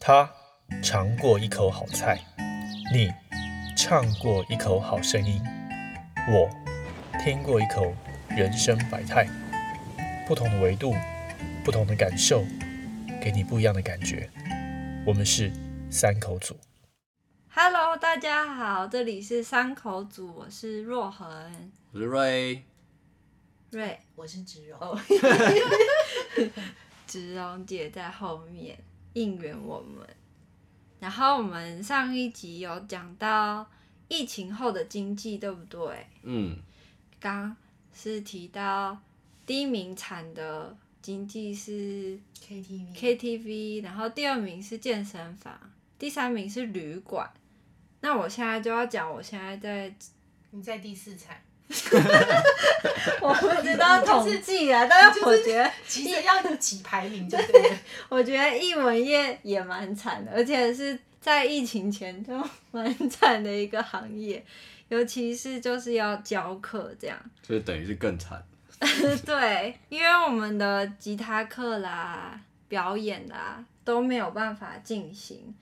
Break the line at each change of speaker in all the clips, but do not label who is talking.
他尝过一口好菜，你唱过一口好声音，我听过一口人生百态。不同的维度，不同的感受，给你不一样的感觉。我们是三口组。
Hello，大家好，这里是三口组，我是若恒
我是瑞，
瑞，
我是植荣，
哦，植荣姐在后面应援我们。然后我们上一集有讲到疫情后的经济，对不对？
嗯，
刚是提到第一名产的经济是
KTV
KTV，然后第二名是健身房，第三名是旅馆。那我现在就要讲，我现在在
你在第四 场，
我不知道统计啊，但是我觉得，
其实要起排名就对了。
我觉得艺文业也蛮惨的，而且是在疫情前就蛮惨的一个行业，尤其是就是要教课这样。
就是等于是更惨。
对，因为我们的吉他课啦、表演啦都没有办法进行，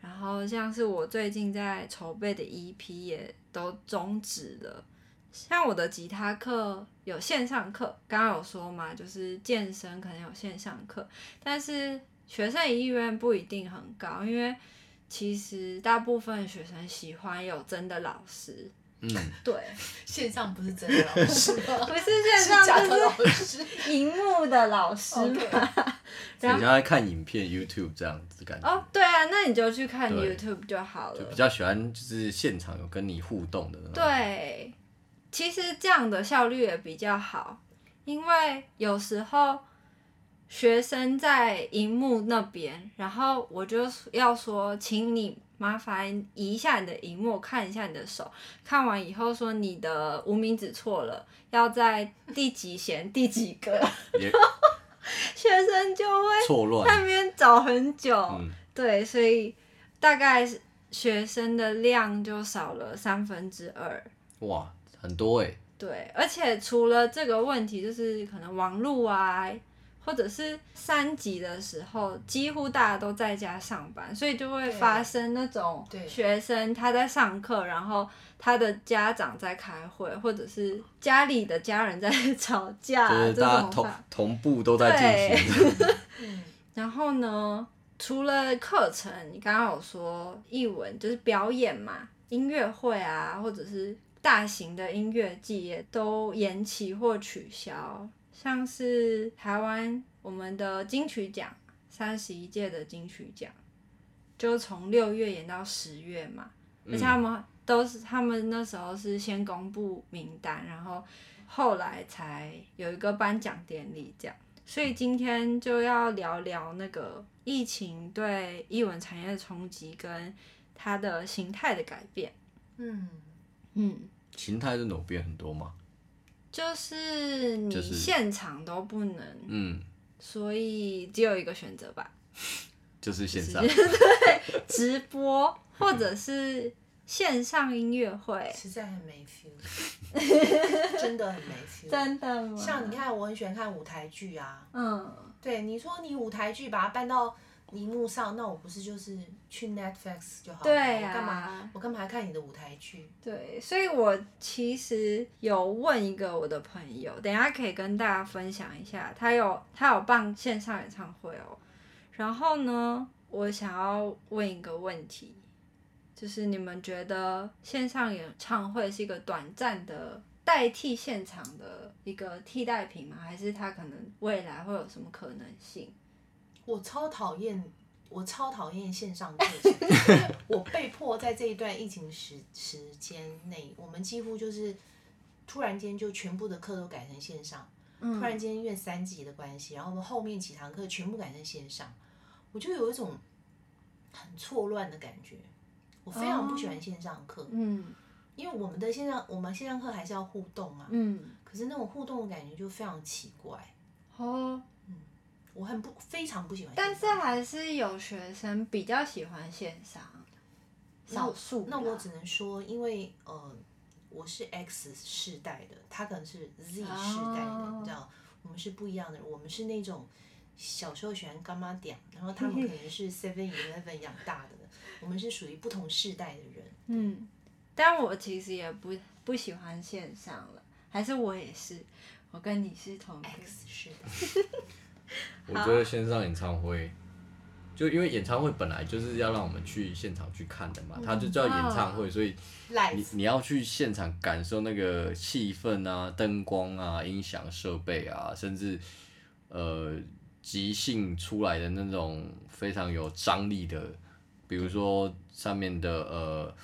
然后像是我最近在筹备的 EP 也都终止了。像我的吉他课有线上课，刚刚有说嘛，就是健身可能有线上课，但是学生意愿不一定很高，因为其实大部分学生喜欢有真的老师，
嗯，
对，
线上 不是真的老师吗，
不是线
是
上
假
就
的
是
老师。
荧幕的老师 嘛。
你
然
像
后
在看影片 YouTube 这样子感觉，
哦，对啊，那你就去看
对
YouTube 就好
就
了
比。较喜欢就是现场有跟你互动的那种。，
对，其实这样的效率也比较好，因为有时候学生在荧幕那边，然后我就要说，请你麻烦移一下你的荧幕，我看一下你的手，看完以后说你的无名指错了，要在第几弦第几个，
也
学生就会
错
在
乱。
那边找很久。
嗯，
对，所以大概是学生的量就少了三分之二。
哇，很多哎、
对，而且除了这个问题，就是可能网络啊，或者是三级的时候，几乎大家都在家上班，所以就会
对
发生那种
对
学生他在上课，然后他的家长在开会，或者是家里的家人在 吵架，
就是
啊这
大家
种
同
法
同步都在进行。
嗯，
然后呢，除了课程，你刚刚有说艺文就是表演嘛，音乐会啊，或者是大型的音乐季也都延期或取消。像是台湾我们的金曲奖，三十一届的金曲奖，就从六月延到十月嘛， 而且他
嗯，
们都是他们那时候是先公布名单，然后后来才有一个颁奖典礼这样。所以今天就要聊聊那个疫情对艺文产业的冲击跟它的形态的改变。
嗯，
嗯，
形态真的有变很多嘛？
就是你
就是
现场都不能，
嗯，
所以只有一个选择吧，
就是 线上。
直播或者是线上音乐会。
实在很没 feel，真的很没 feel。
真的吗？
像你看，我很喜欢看舞台剧啊。
嗯，
对，你说你舞台剧把它搬到荧幕上，那我不是就是去 Netflix 就好了？
对
我
啊，
干嘛？我干嘛还看你的舞台剧？
对，所以我其实有问一个我的朋友，等一下可以跟大家分享一下，他有他有办线上演唱会哦。然后呢，我想要问一个问题，就是你们觉得线上演唱会是一个短暂的代替现场的一个替代品吗？还是它可能未来会有什么可能性？
我超讨厌，我超讨厌线上课程，因为我被迫在这一段疫情时时间内，我们几乎就是突然间就全部的课都改成线上，突然
嗯，
间因为三级的关系，然后我们后面几堂课全部改成线上，我就有一种很错乱的感觉。我非常不喜
哦
欢线上课，
嗯
因为我们的线上我们线上课还是要互动啊，
嗯，
可是那种互动的感觉就非常奇怪，
哦，
我很不非常不喜欢线上
但
课。
是还是有学生比较喜欢线上，少数
那我
啦
只能说，因为呃，我是 X 世代的，他可能是 Z 世代的，
哦
你知道，我们是不一样的人，我们是那种小时候喜欢干妈点，然后他们可能是 Seven Eleven 养大的，我们是属于不同世代的人。
嗯，但我其实也不不喜欢线上了，还是我也是，我跟你是同个
X 世代，
我觉得线上演唱会，就因为演唱会本来就是要让我们去现场去看的嘛，它就叫
嗯
演唱会，所以
赖
你你要去现场感受那个气氛啊、灯光啊、音响设备啊，甚至呃即兴出来的那种非常有张力的，比如说上面的呃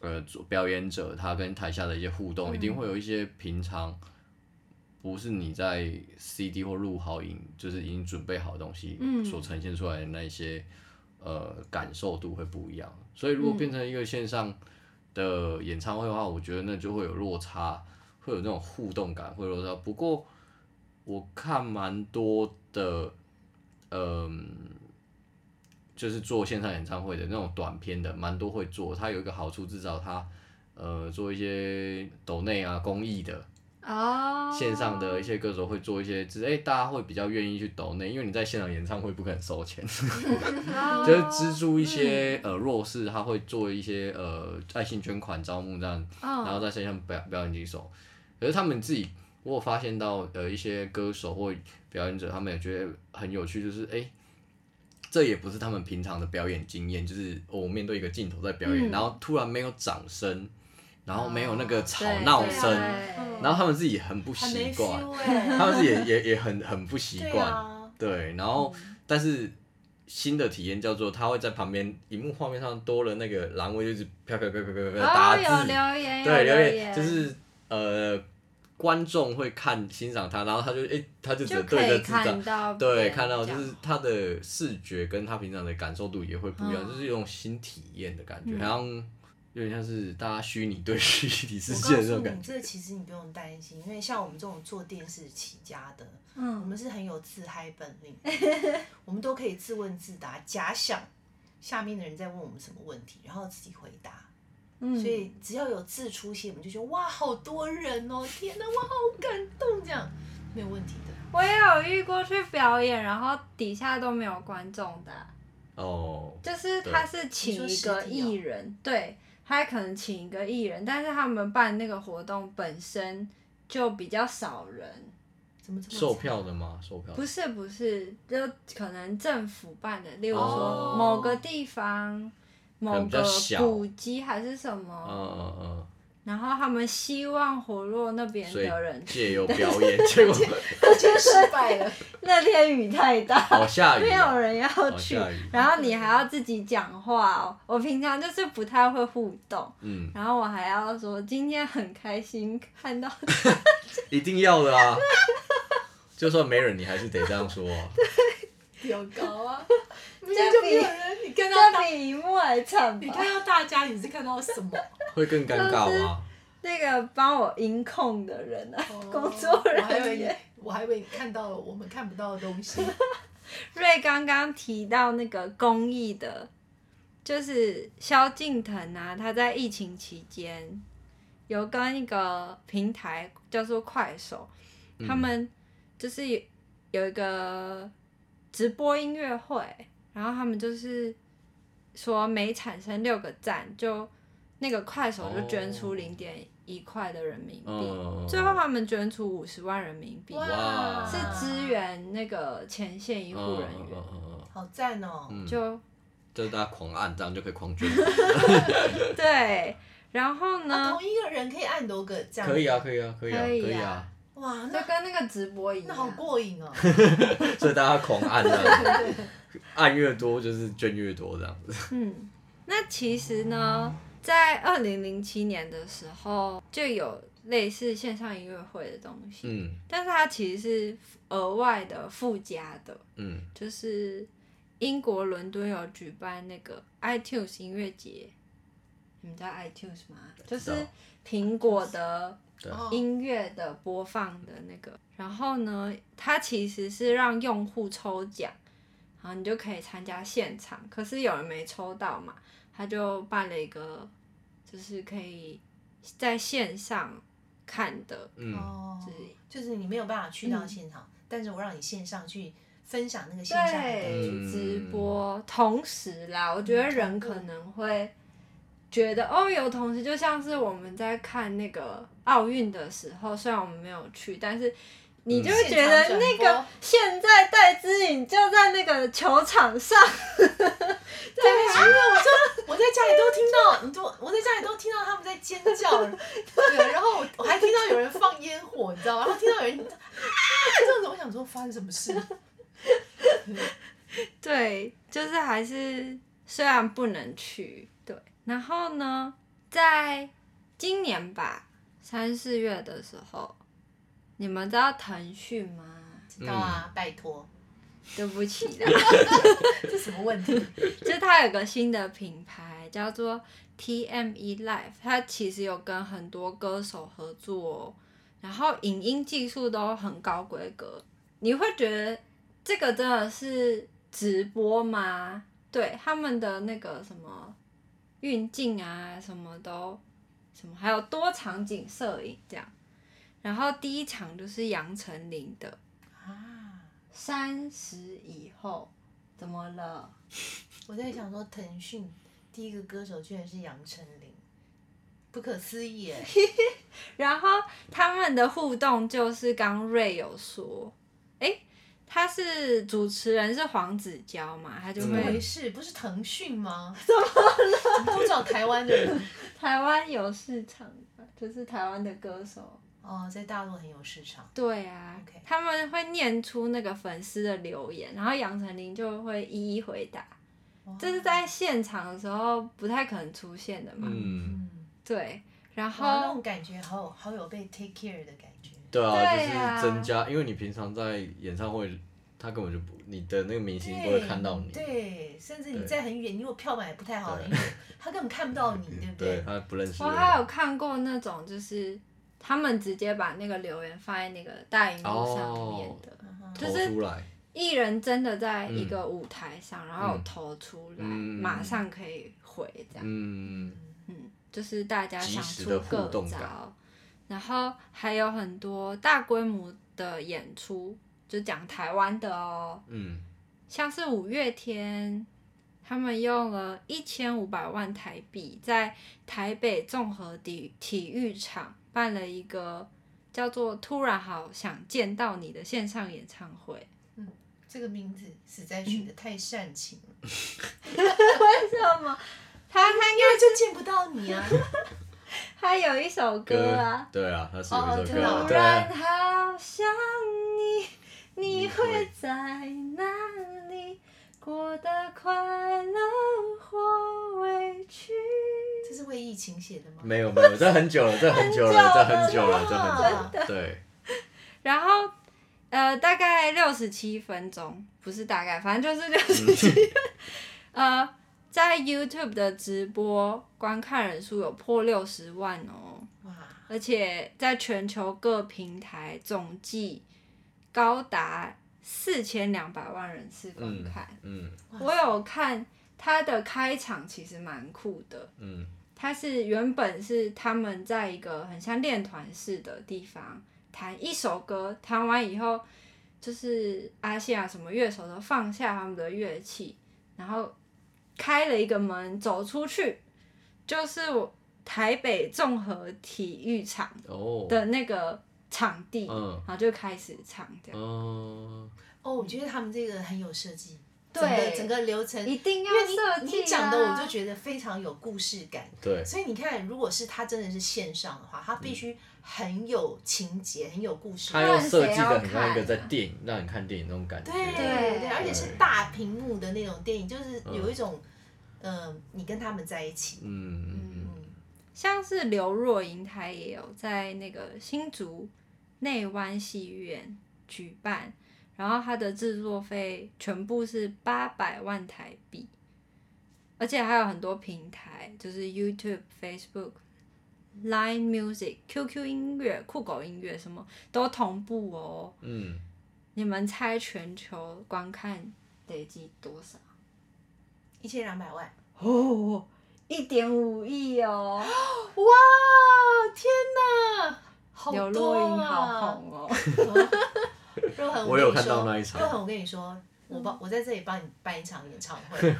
呃主表演者他跟台下的一些互动，一定会有一些平常不是你在 CD 或录好影就是已经准备好的东西
嗯
所呈现出来的那一些。呃，感受度会不一样，所以如果变成一个线上的演唱会的话，我觉得那就会有落差，会有那种互动感，会有落差。不过我看蛮多的，嗯，就是做线上演唱会的那种短片的，蛮多会做。它有一个好处，至少它呃做一些抖内啊公益的，
哦，
线上的一些歌手会做一些，只是哎大家会比较愿意去抖内，因为你在现场演唱会不可能收钱。
哦
就是资助一些、呃弱势，他会做一些呃爱心捐款招募这样，
嗯
哦
然后在线上表表演几首。可是他们自己，我有发现到呃一些歌手或表演者，他们也觉得很有趣，就是哎、诶这也不是他们平常的表演经验，就是、哦我面对一个镜头在表演，
嗯
然后突然没有掌声，然后没有那个
哦
吵
对
闹
对
声，
对
然后他们自己很不
很没
习惯，
feel 哎、
他们自己也也也很很不习
对
惯。
啊，
对，然后、
嗯
但是新的体验叫做他会在旁边荧幕画面上多了那个栏位，就是飘飘飘飘飘飘打
哦，有
字，
留言，
对，
有
留
言
就是呃观众会看欣赏他，然后他就诶、他就只
就
能
可
对着
以
字长
看。到别人
对，
讲，
看到就是他的视觉跟他平常的感受度也会不一样，
嗯
就是一种新体验的感觉，
嗯
好像有点像是大家虚拟对虚拟世
我
界
告
的那
诉
种感
你，
觉。
这其实你不用担心，因为像我们这种做电视起家的，我
嗯，
们是很有自嗨本领， 我们都可以自问自答，假想下面的人在问我们什么问题，然后自己回答。
嗯
所以只要有字出现，我们就觉得哇，好多人哦，天哪，哇，好感动，这样没有问题的。
我也有遇过去表演，然后底下都没有观众的啊、
哦，
就是他是请一个艺人，对他可能请一个艺人，但是他们办那个活动本身就比较少人，
怎么这么
售
惨
票的吗？售票的
不是不是，就可能政府办的，例如
哦
说某个地方。某
比较
个
小
古迹还是什么，
嗯嗯嗯。
然后他们希望活络那边
所以
的人。
借由表演， 结果
我觉得失败了。
那天雨太大，
好下雨、啊
没有人要
好
去，
下雨，
然后你还要自己讲话、哦。我平常就是不太会互动，
嗯，
然后我还要说今天很开心看到，
一定要的 啊。就算没人，你还是得这样说、啊。
有高啊， 明
这
明就
比
没有人，你看到
这
大，
比荧幕还惨
你
吧
看？到大家，你是看到什么？
会更尴尬吗？
那个帮我音控的人啊，
哦
工作
我还以
人员
为。我还以为你看到了我们看不到的东 西。
瑞刚刚提到那个公益的，就是萧敬腾啊，他在疫情期间有跟一个平台叫做快手，
嗯
他们就是有有一个直播音乐会，然后他们就是说每产生六个赞，就那个快手就捐出
哦
零点一块的人民币，
嗯，
最后他们捐出五十万人民币。
哇
是支援那个前线医
医
护人员，
嗯嗯嗯嗯
好赞哦！
嗯，就
就
就是大家狂按，这样就可以 狂捐。
对。然后
啊，
呢
同，一个人可以按多个这样，
可以啊，可以啊，可以啊，
可
可
以啊
以啊。
哇，
就
那
跟那个直播一
那好
样，
过 瘾哦。
所以大家狂按这样，按越多就是捐越多这样子。
嗯，那其实呢，在二零零七年的时候就有类似线上音乐会的东西，
嗯
但是它其实是额外的附加的，
嗯，
就是英国伦敦有举办那个 iTunes 音乐节，你们知道 iTunes 吗？就是
知道
苹果的
对，
哦
音乐的播放的那个，然后呢，它其实是让用户抽奖，然后你就可以参加现场。可是有人没抽到嘛，他就办了一个，就是可以在线上看的，
嗯，
哦
对
就是你没有办法去到
嗯
现场，但是我让你线上去分享那个线上啊的
对，
嗯
直播同时啦，我觉得人可能会觉得哦，有同时，就像是我们在看那个奥运的时候，虽然我们没有去，但是你就会觉
现场
得
转
那
播
个现在戴资颖就在那个球场上，啊
对，啊因为我就我在家里都听到，你就我在家里都听到他们在尖叫， 对，然后我我还听到有人放烟火，你知道吗？然 后听到有人这样子，我想说发生什 么事？
对，就是还是虽然不能去，对。然后呢，在今年吧，三四月的时候，你们知道腾讯吗？
知道啊，拜托，
对不起啦，
这什么问题？
就是它有个新的品牌叫做 TME Live，它其实有跟很多歌手合作哦、然后影音技术都很高规格，你会觉得这个真的是直播吗？对，他们的那个什么运镜啊，什么都什么，还有多场景摄影这样。然后第一场就是杨丞琳的《
啊，
三十以后》，怎么了？
我在想说，腾讯第一个歌手居然是杨丞琳，不可思议耶！
然后他们的互动就是刚瑞有说，诶，他是主持人是黄子佼嘛，他就
怎么回
会、
事？不是腾讯吗？ 怎么了？怎么都找台湾的人？
台湾有市场吧，就是台湾的歌手。
哦，在大陆很有市场。
对啊
OK
他们会念出那个粉丝的留言，然后杨丞琳就会一一回答。
哇
这是在现场的时候不太可能出现的嘛。
嗯，
嗯，
对，然
哇，那
后
种感觉好有好有被 take care 的感觉。
对
对
啊，
啊
就是增加，因为你平常在演唱会，他根本就不，你的那个明星不会看到你，
对，甚至你
对
在很远，你如果票买得不太好，
对
因为他根本看不到你，对不
对
对？
他不认识
我
人。
还有看过那种，就是他们直接把那个留言放在那个大荧幕上面的，
嗯哼
就
投
是
出来，
艺人真的在一个舞台上，然后
嗯
投出来，
嗯
马上可以回这样，
嗯，
嗯，就是大家想
及时
出
的互
各
动
招
感，
然后还有很多大规模的演出，就讲台湾的哦，
嗯，
像是五月天，他们用了一千五百万台币，在台北综合体体育场办了一个叫做“突然好想见到你”的线上演唱会。
这个名字实在取得太煽情了，
为什么？他他
因为就见不到你 啊。
他有一首歌啊，
对啊，他是有
哦
一首
真的
歌
哦
啊，
突
对啊
然，好想你，你
你会
会在哪里？过得快乐或委屈。
这是为疫情写的吗？
没有没有，这很久了，这很久了，这很久了，这很久了，对，
然后呃，大概六十七分钟，不是大概，反正就是六十七。呃，在 YouTube 的直播观看人数有破六十万哦，
哇，
而且在全球各平台总计高达四千两百万人次观
嗯
看。
嗯
哇
我有看它的开场，其实蛮酷的。
嗯
它是原本是他们在一个很像练团式的地方弹一首歌，弹完以后，就是阿信啊什么乐手都放下他们的乐器，然后开了一个门走出去，就是我台北综合体育场
哦，
的那个场地，
嗯
然后就开始唱这样，
嗯，
哦，我觉得他们这个很有设计，整
对
个整个流程，
一
嗯因
定要
为
设
你
计、啊、
你讲的我就觉得非常有故事感。
对，
所以你看，如果是他真的是线上的话，他必须很有情节，很有故事
他
感。
要设计的很像一个在电影，让你看电影那种感觉，
对对对，而且是大屏幕的那种电影，就是有一种，嗯，你跟他们在一起，
嗯嗯
嗯，
像是刘若英，她也有在那个新竹内湾戏院举办，然后她的制作费全部是八百万台币，而且还有很多平台，就是 YouTube、Facebook、Line Music、QQ 音乐、酷狗音乐什么都同步哦。
嗯，
你们猜全球观看累计多少？
一千两百万，
哦，一点五亿哦，
哇，天哪，好
刘
多
若英好
啊！
红哦。
若恒，
我有看到
跟
那一
你说
场
若恒，我跟你说，我帮我在这里帮你办一场演唱会，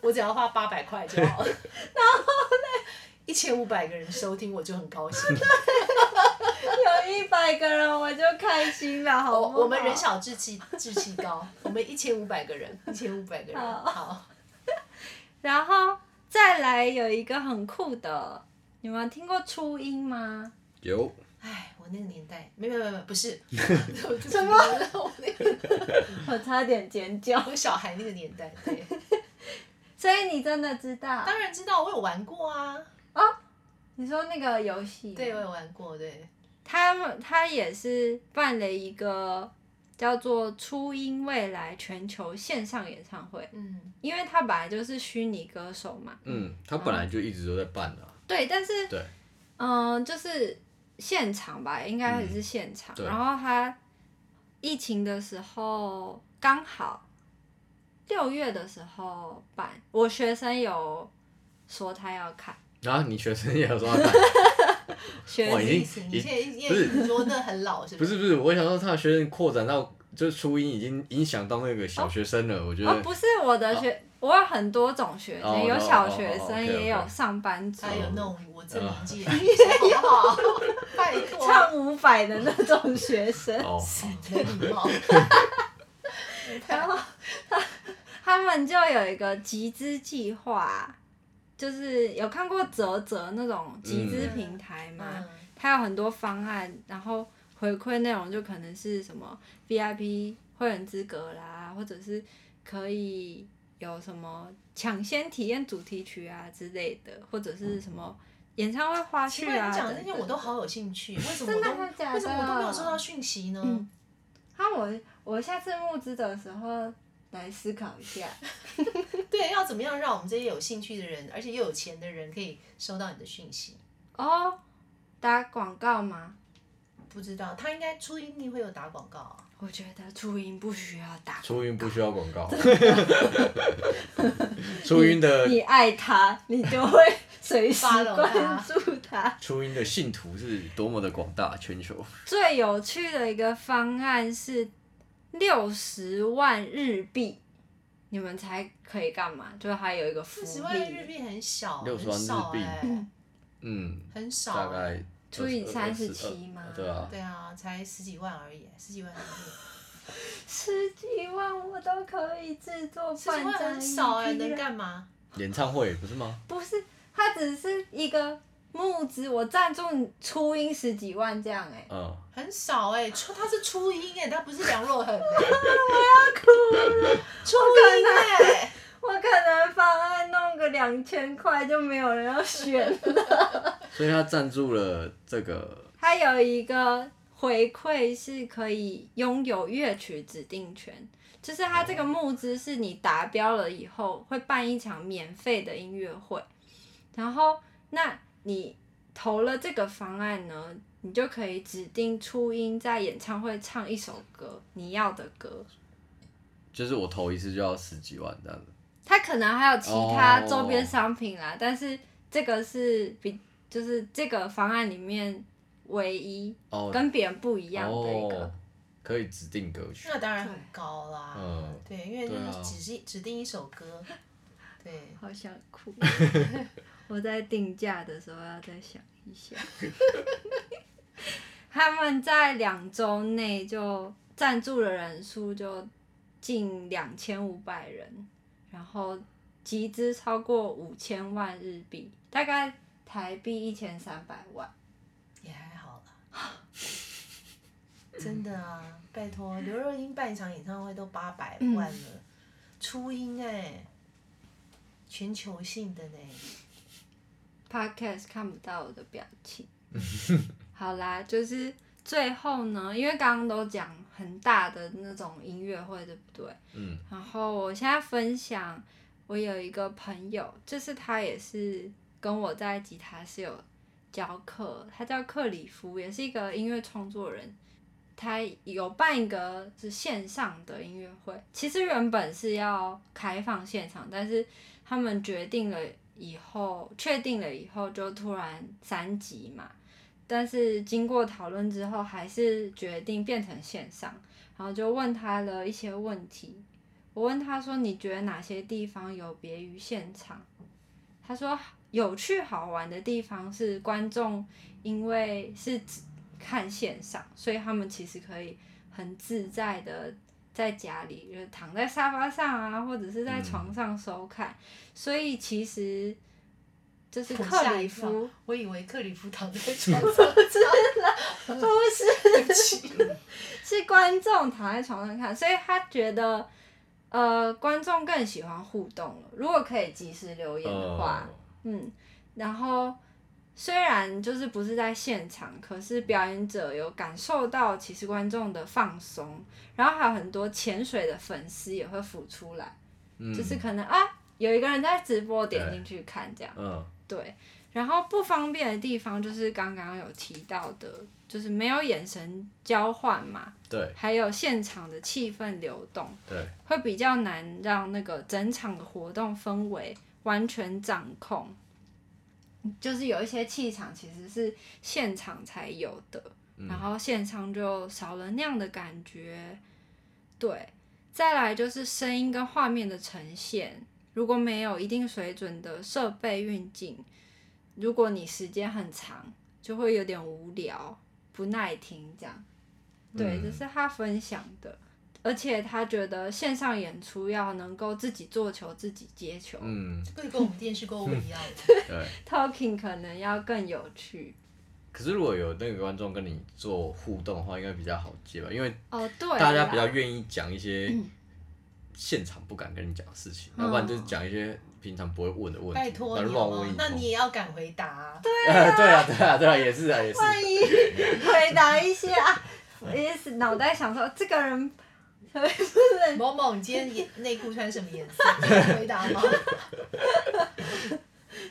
我只要花八百块就好了。然后呢，一千五百个人收听，我就很高兴。
有一百个人我就开心了，好
我
不好？
我们人小志气志气高，我们一千五百个人，一千五百个人，
好
好，
然后再来有一个很酷的，你们有听过初音吗？
有
哎，我那个年代，没有没有没有，不是，什么？我那个
我差点尖叫。
我小孩那个年代，对，
所以你真的知道？
当然知道，我有玩过啊，
你说那个游戏，啊
对，我有玩过，对，
他们他也是办了一个叫做初音未来全球线上演唱会，
嗯，
因为他本来就是虚拟歌手嘛，
嗯，他本来就一直都在办的啊、
对，但是
对，
嗯、就是现场吧，应该也是现场。
嗯对
然后他疫情的时候刚好六月的时候办，我学生有说他要看，
然后你学生也有说要办，
学
哇已经
意思你现在
已
你
不是
你说那很老是
不是不是，我想说他的学生扩展到就是初音已经影响到那个小学生了，我觉
哦
得，
不是我的学，我有很多种学生，
哦
有
哦
小
哦哦
学
哦
生，
，OK，OK
也有上班族。
还有那种我这
啊
年纪， 好不好？拜托，
唱五百的那种学 生，
哦，
没礼貌。
嗯然后他们就有一个集资计划，就是有看过泽泽那种集资平台吗？
嗯，
它有很多方案，然后回馈内容就可能是什么 VIP 会员资格啦，或者是可以有什么抢先体验主题曲啊之类的，或者是什么演唱会花
奇
絮
怪，
啊
你讲
等
的
等
那些我都好有兴趣，为什么
真
我
的
都
还是假的
为什么我都没有收到讯息呢？
嗯那我我下次募资的时候来思考一下。
对，要怎么样让我们这些有兴趣的人，而且又有钱的人，可以收到你的讯息？
哦，打广告吗？
不知道，他应该初一定会有打广告啊。
我觉得初音不需要打，
初音不需要广告，初音的
你爱他，你就会随时
Follow
关
他
注他。
初音的信徒是多么的广大全球，
最有趣的一个方案是六十万日币，你们才可以干嘛？就是还有一个福
四十万日
利，
币很小，
60万
很少
日币
哎、
嗯，
很少、
大
哎
概
除以
20
啊三十七吗
对啊，
对啊，才十几万而已，十几万日币，
十几万我都可以制作
十几
半
万
张啊
很少哎、
影片
能干嘛？
演唱会不是吗？
不是，它只是一个募资，我赞助你初音十几万这样哎、
嗯，
很少哎、初他是初音哎、他不是梁 若恒、欸，初音哎、
我可能方案弄个两千块就没有人要选了。
所以他赞助了这个，
它有一个回馈是可以拥有乐曲指定权，就是它这个募资是你达标了以后会办一场免费的音乐会，然后那你投了这个方案呢，你就可以指定初音在演唱会唱一首歌，你要的歌。
就是我投一次就要十几万这样子，
它可能还有其他
哦
周边商品啦但是这个是比就是这个方案里面唯一
哦，
跟别人不一样的一个。
哦，可以指定歌曲，
那当然很
啊
高啦，
嗯
对，因为那
对啊
个只是指定一首歌，对，
好想 哭。我在定价的时候要再想一下。 他们在两周内就赞助的人数就近两千五百人，然后集资超过五千万日币，大概台币一千三百万。
也还好啦。 真的啊，拜托，刘若英办一场演唱会都八百万了，初音哎、全球性的呢、
podcast 看不到我的表情。 好啦，就是最后呢，因为刚刚都讲很大的那种音乐会，对不对？
嗯，
然后我现在分享，我有一个朋友，就是他也是跟我在吉他室有教课，他叫克里夫，也是一个音乐创作人。他有办一个是线上的音乐会，其实原本是要开放现场，但是他们决定了以后，确定了以后就突然三级嘛。但是经过讨论之后，还是决定变成线上。然后就问他了一些问题。我问他说：“你觉得哪些地方有别于现场？”他说：“有趣好玩的地方是观众因为是只看线上，所以他们其实可以很自在的在家里，就是躺在沙发上啊，或者是在
嗯
床上收看。所以其实就是
我
克
吓
里
一
夫，
我以为克里夫躺在 床 上，真的不是，对不 起，
是观众躺在床上看，所以他觉得，呃，观众更喜欢互动了。如果可以及时留言的话，
哦
嗯，然后虽然就是不是在现场，可是表演者有感受到其实观众的放松，然后还有很多潜水的粉丝也会浮出来，
嗯
就是可能啊，有一个人在直播点
对
进去看这样。
嗯
对，然后不方便的地方就是刚刚有提到的，就是没有眼神交换嘛，
对
还有现场的气氛流动，
对，
会比较难让那个整场的活动氛围完全掌控。就是有一些气场其实是现场才有的，
嗯
然后线上就少了那样的感觉。对，再来就是声音跟画面的呈现，如果没有一定水准的设备运镜，如果你时间很长，就会有点无聊、不耐听这样。对，
嗯
这是他分享的，而且他觉得线上演出要能够自己做球、自己接球、
嗯
这个跟我们电视购物一样。
对。
t a l k i n g 可能要更有趣。
可是如果有那个观众跟你做互动的话，应该比较好接吧，因为
哦，对嗯啦，
大家比较愿意讲一些现场不敢跟你讲的事
嗯
情，要不然就是讲一些平常不会问的问题，
拜托
然
你
后
好
乱
不好
问一？
那
通
你也要敢回答啊、对，
啊，对啊，对啊，对啊，也是啊，也是。
万一回答一些啊，也是脑袋想说这个人
某某，你今天也内裤穿什 么颜色？你敢回答吗？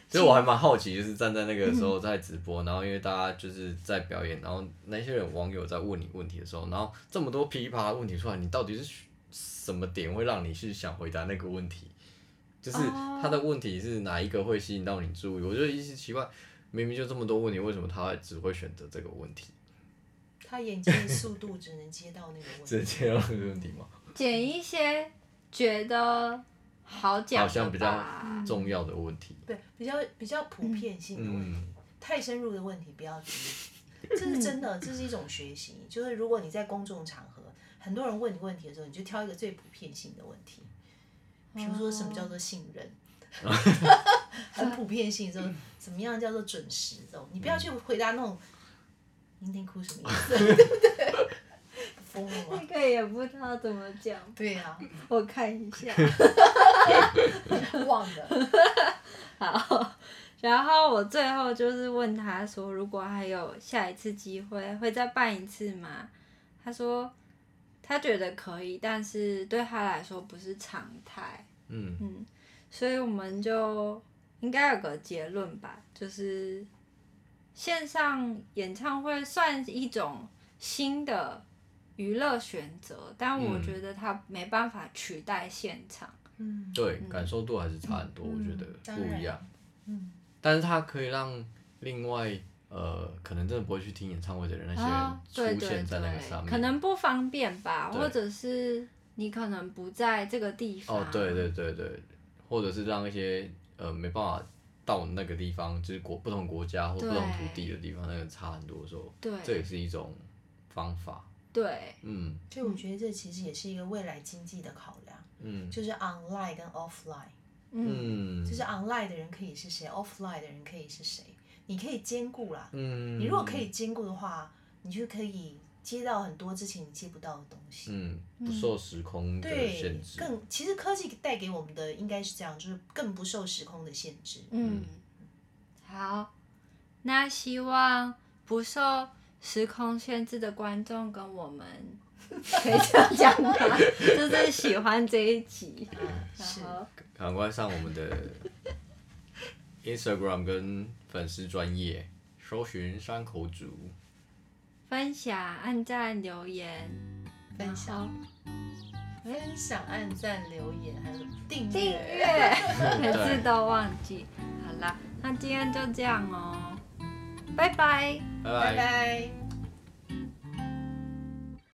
其实我还蛮好奇，就是站在那个时候
嗯
在直播，然后因为大家就是在表演，然后那些人网友在问你问题的时候，然后这么多噼里啪啦问题出来，你到底是什么点会让你去想回答那个问题？就是
哦
他的问题是哪一个会吸引到你注意？我就一直奇怪，明明就这么多问题，为什么他只会选择这个问题？
他眼睛的速度只能接到那个问
直
题。
接让这个问题吗？
捡一些觉得好讲
好像
的
比较
吧。
重要的问题，
嗯对，比较比较普遍性的问题，
嗯
太深入的问题不要提。这是真的，这是一种学习。就是如果你在公众场合，很多人问你问题的时候，你就挑一个最普遍性的问题，比如说什么叫做信任， 很普遍性，就是怎么样叫做准时这种。你不要去回答那种你内裤什么颜色， 对不对？疯了吗？
这个也不知道怎么讲，
对啊，
我看一下。
忘了。
好，然后我最后就是问他说，如果还有下一次机会，会再办一次吗？他说他觉得可以，但是对他来说不是常态。
嗯，
嗯，所以我们就应该有个结论吧，就是线上演唱会算一种新的娱乐选择，但我
嗯
觉得它没办法取代现场。
嗯
对，感受度还是差很多，我觉
嗯
得
当
不
然
一样。
嗯，
但是它可以让另外呃，可能真的不会去听演唱会的人，
啊，
那些
对
人出
对
现
对
在那个上面，
可能不方便吧，
对
或者是你可能不在这个地方。
啊
哦，对对对对，或者是让一些呃没办法到那个地方，就是国不同国家或不同土
对
地的地方，那个差很多的时候，这也
对
是一种方法。
对，
嗯
所以我觉得这其实也是一个未来经济的考量，
嗯
就是 online 跟 offline。
嗯，
嗯，
就是啊 online 的人可以是谁，offline 的人可以是谁，你可以兼顾啦。
嗯，
你如果可以兼顾的话，你就可以接到很多之前你接不到的东西。
嗯，不受时空的
对
限，制，
更其实科技带给我们的应该是这样，就是更不受时空的限制。
嗯，好，那希望不受时空限制的观众跟我们可以这样讲吗？就是喜欢这一集，
啊是
然后
赶快上我们的 Instagram 跟粉丝专业搜寻山口组。
分享、按赞、留言，
分享、
然后
分享、按赞、留言，还有订
订
阅。
阅， 每次都忘记。好啦，那今天就这样哦，拜拜。
拜拜。
拜拜。